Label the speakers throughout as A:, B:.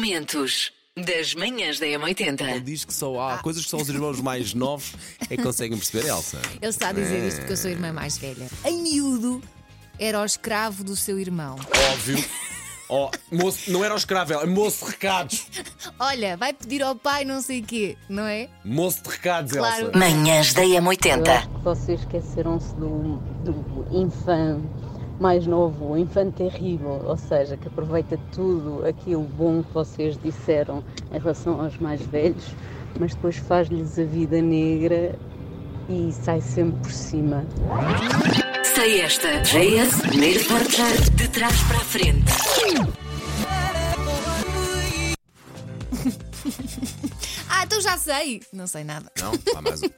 A: Momentos das manhãs da
B: Ele
A: M80.
B: diz que só
C: Ah.
B: há coisas que só os irmãos mais novos é que conseguem perceber, Elsa.
C: Ele está a dizer isto porque eu sou a irmã mais velha. Em miúdo, era o escravo do seu irmão.
B: Óbvio. Ó, moço, não era o escravo,
D: é
B: era moço de recados.
C: Olha, vai pedir ao pai não sei quê, não é?
B: Moço de recados,
C: Claro.
B: Elsa.
A: Manhãs da
E: Eu acho
A: M80.
E: que vocês esqueceram-se do, do infã mais novo, o infã terrível, ou seja, que aproveita tudo aquilo bom que vocês disseram em relação aos mais velhos, mas depois faz-lhes a vida negra e sai sempre por cima.
A: Sei esta. JS, primeiro portar de trás para a frente.
C: Ah, então já sei! Não sei nada.
B: Não, há mais um.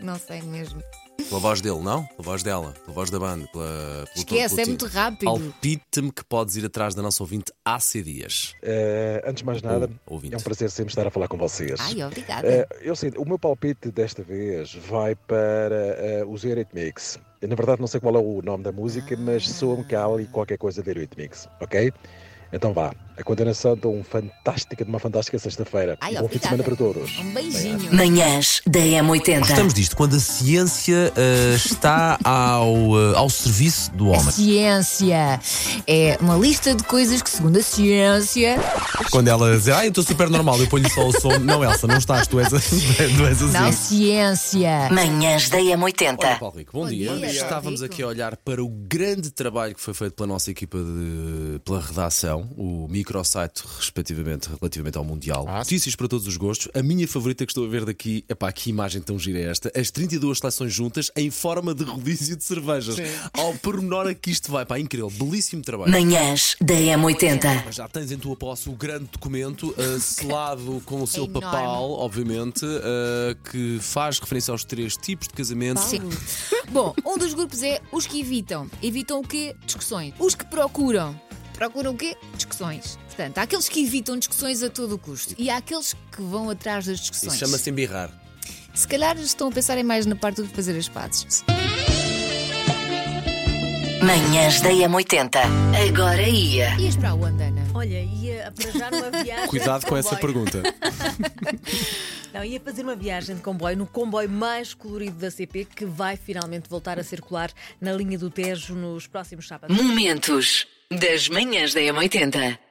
C: Não sei mesmo.
B: Pela voz dele, não? Pela voz dela, pela voz da banda, pela. pelo-
C: Esquece,
B: pelo-
C: é muito rápido.
B: Palpite-me que podes ir atrás da nossa ouvinte AC Dias.
F: Eh, antes de mais nada,
B: Ou- ouvinte.
F: é um prazer sempre estar a falar com vocês.
C: Ai, obrigada.
F: Eh, eu sei, o meu palpite desta vez vai para eh, os Eurythmics. Eu, Na verdade, não sei qual é o nome da música,
C: Ah.
F: mas soa-me que há ali qualquer coisa de Eurythmics, ok? Então vá, a continuação de um fantástica, de uma fantástica sexta-feira. Um
C: Ai,
F: Bom fim de semana para todos.
C: Um beijinho.
A: Manhãs da M80.
D: Gostamos disto, quando a ciência eh, está ao, eh, ao serviço do
C: A
D: homem.
C: ciência é uma lista de coisas que, segundo a ciência.
D: Quando ela diz, ah, eu estou super normal, eu ponho só o som. Não, Elsa, não estás, tu és, a- tu és assim.
C: Não, ciência.
A: Manhãs da
B: Olá,
A: M80.
B: Paulo Rico, bom,
C: Tá. Bom
B: dia.
C: dia, Paulo
B: Estávamos
C: Rico.
B: aqui a olhar para o grande trabalho que foi feito pela nossa equipa de, pela redação, o microsite, respectivamente, relativamente ao Mundial. Notícias para todos os gostos. A minha favorita que estou a ver daqui, epá, que imagem tão gira é esta. As 32 seleções juntas em forma de rodízio de cervejas. Ao pormenor a que isto vai, pá, incrível. Belíssimo trabalho.
A: Manhãs da M80.
B: Mas já tens em tua posse o grande documento eh, selado com o seu
C: É enorme.
B: papal, obviamente, eh, que faz referência aos três tipos de casamento.
C: Sim. Bom, um dos grupos é os que evitam. Evitam o quê? Discussões. Os que procuram. Procuram o quê? Discussões. Portanto, há aqueles que evitam discussões a todo o custo e há aqueles que vão atrás das discussões.
B: Isso chama-se embirrar.
C: Se calhar estão a pensar em mais na parte do que fazer as pazes.
A: Manhãs da M80. Agora ia.
C: Ias para onde, Ana?
G: Olha, ia para já numa viagem.
B: Cuidado
G: de
B: com essa
G: comboio.
B: pergunta.
G: Não, ia fazer uma viagem de comboio no comboio mais colorido da CP que vai finalmente voltar a circular na linha do Tejo nos próximos sábados.
A: Momentos das manhãs da M80.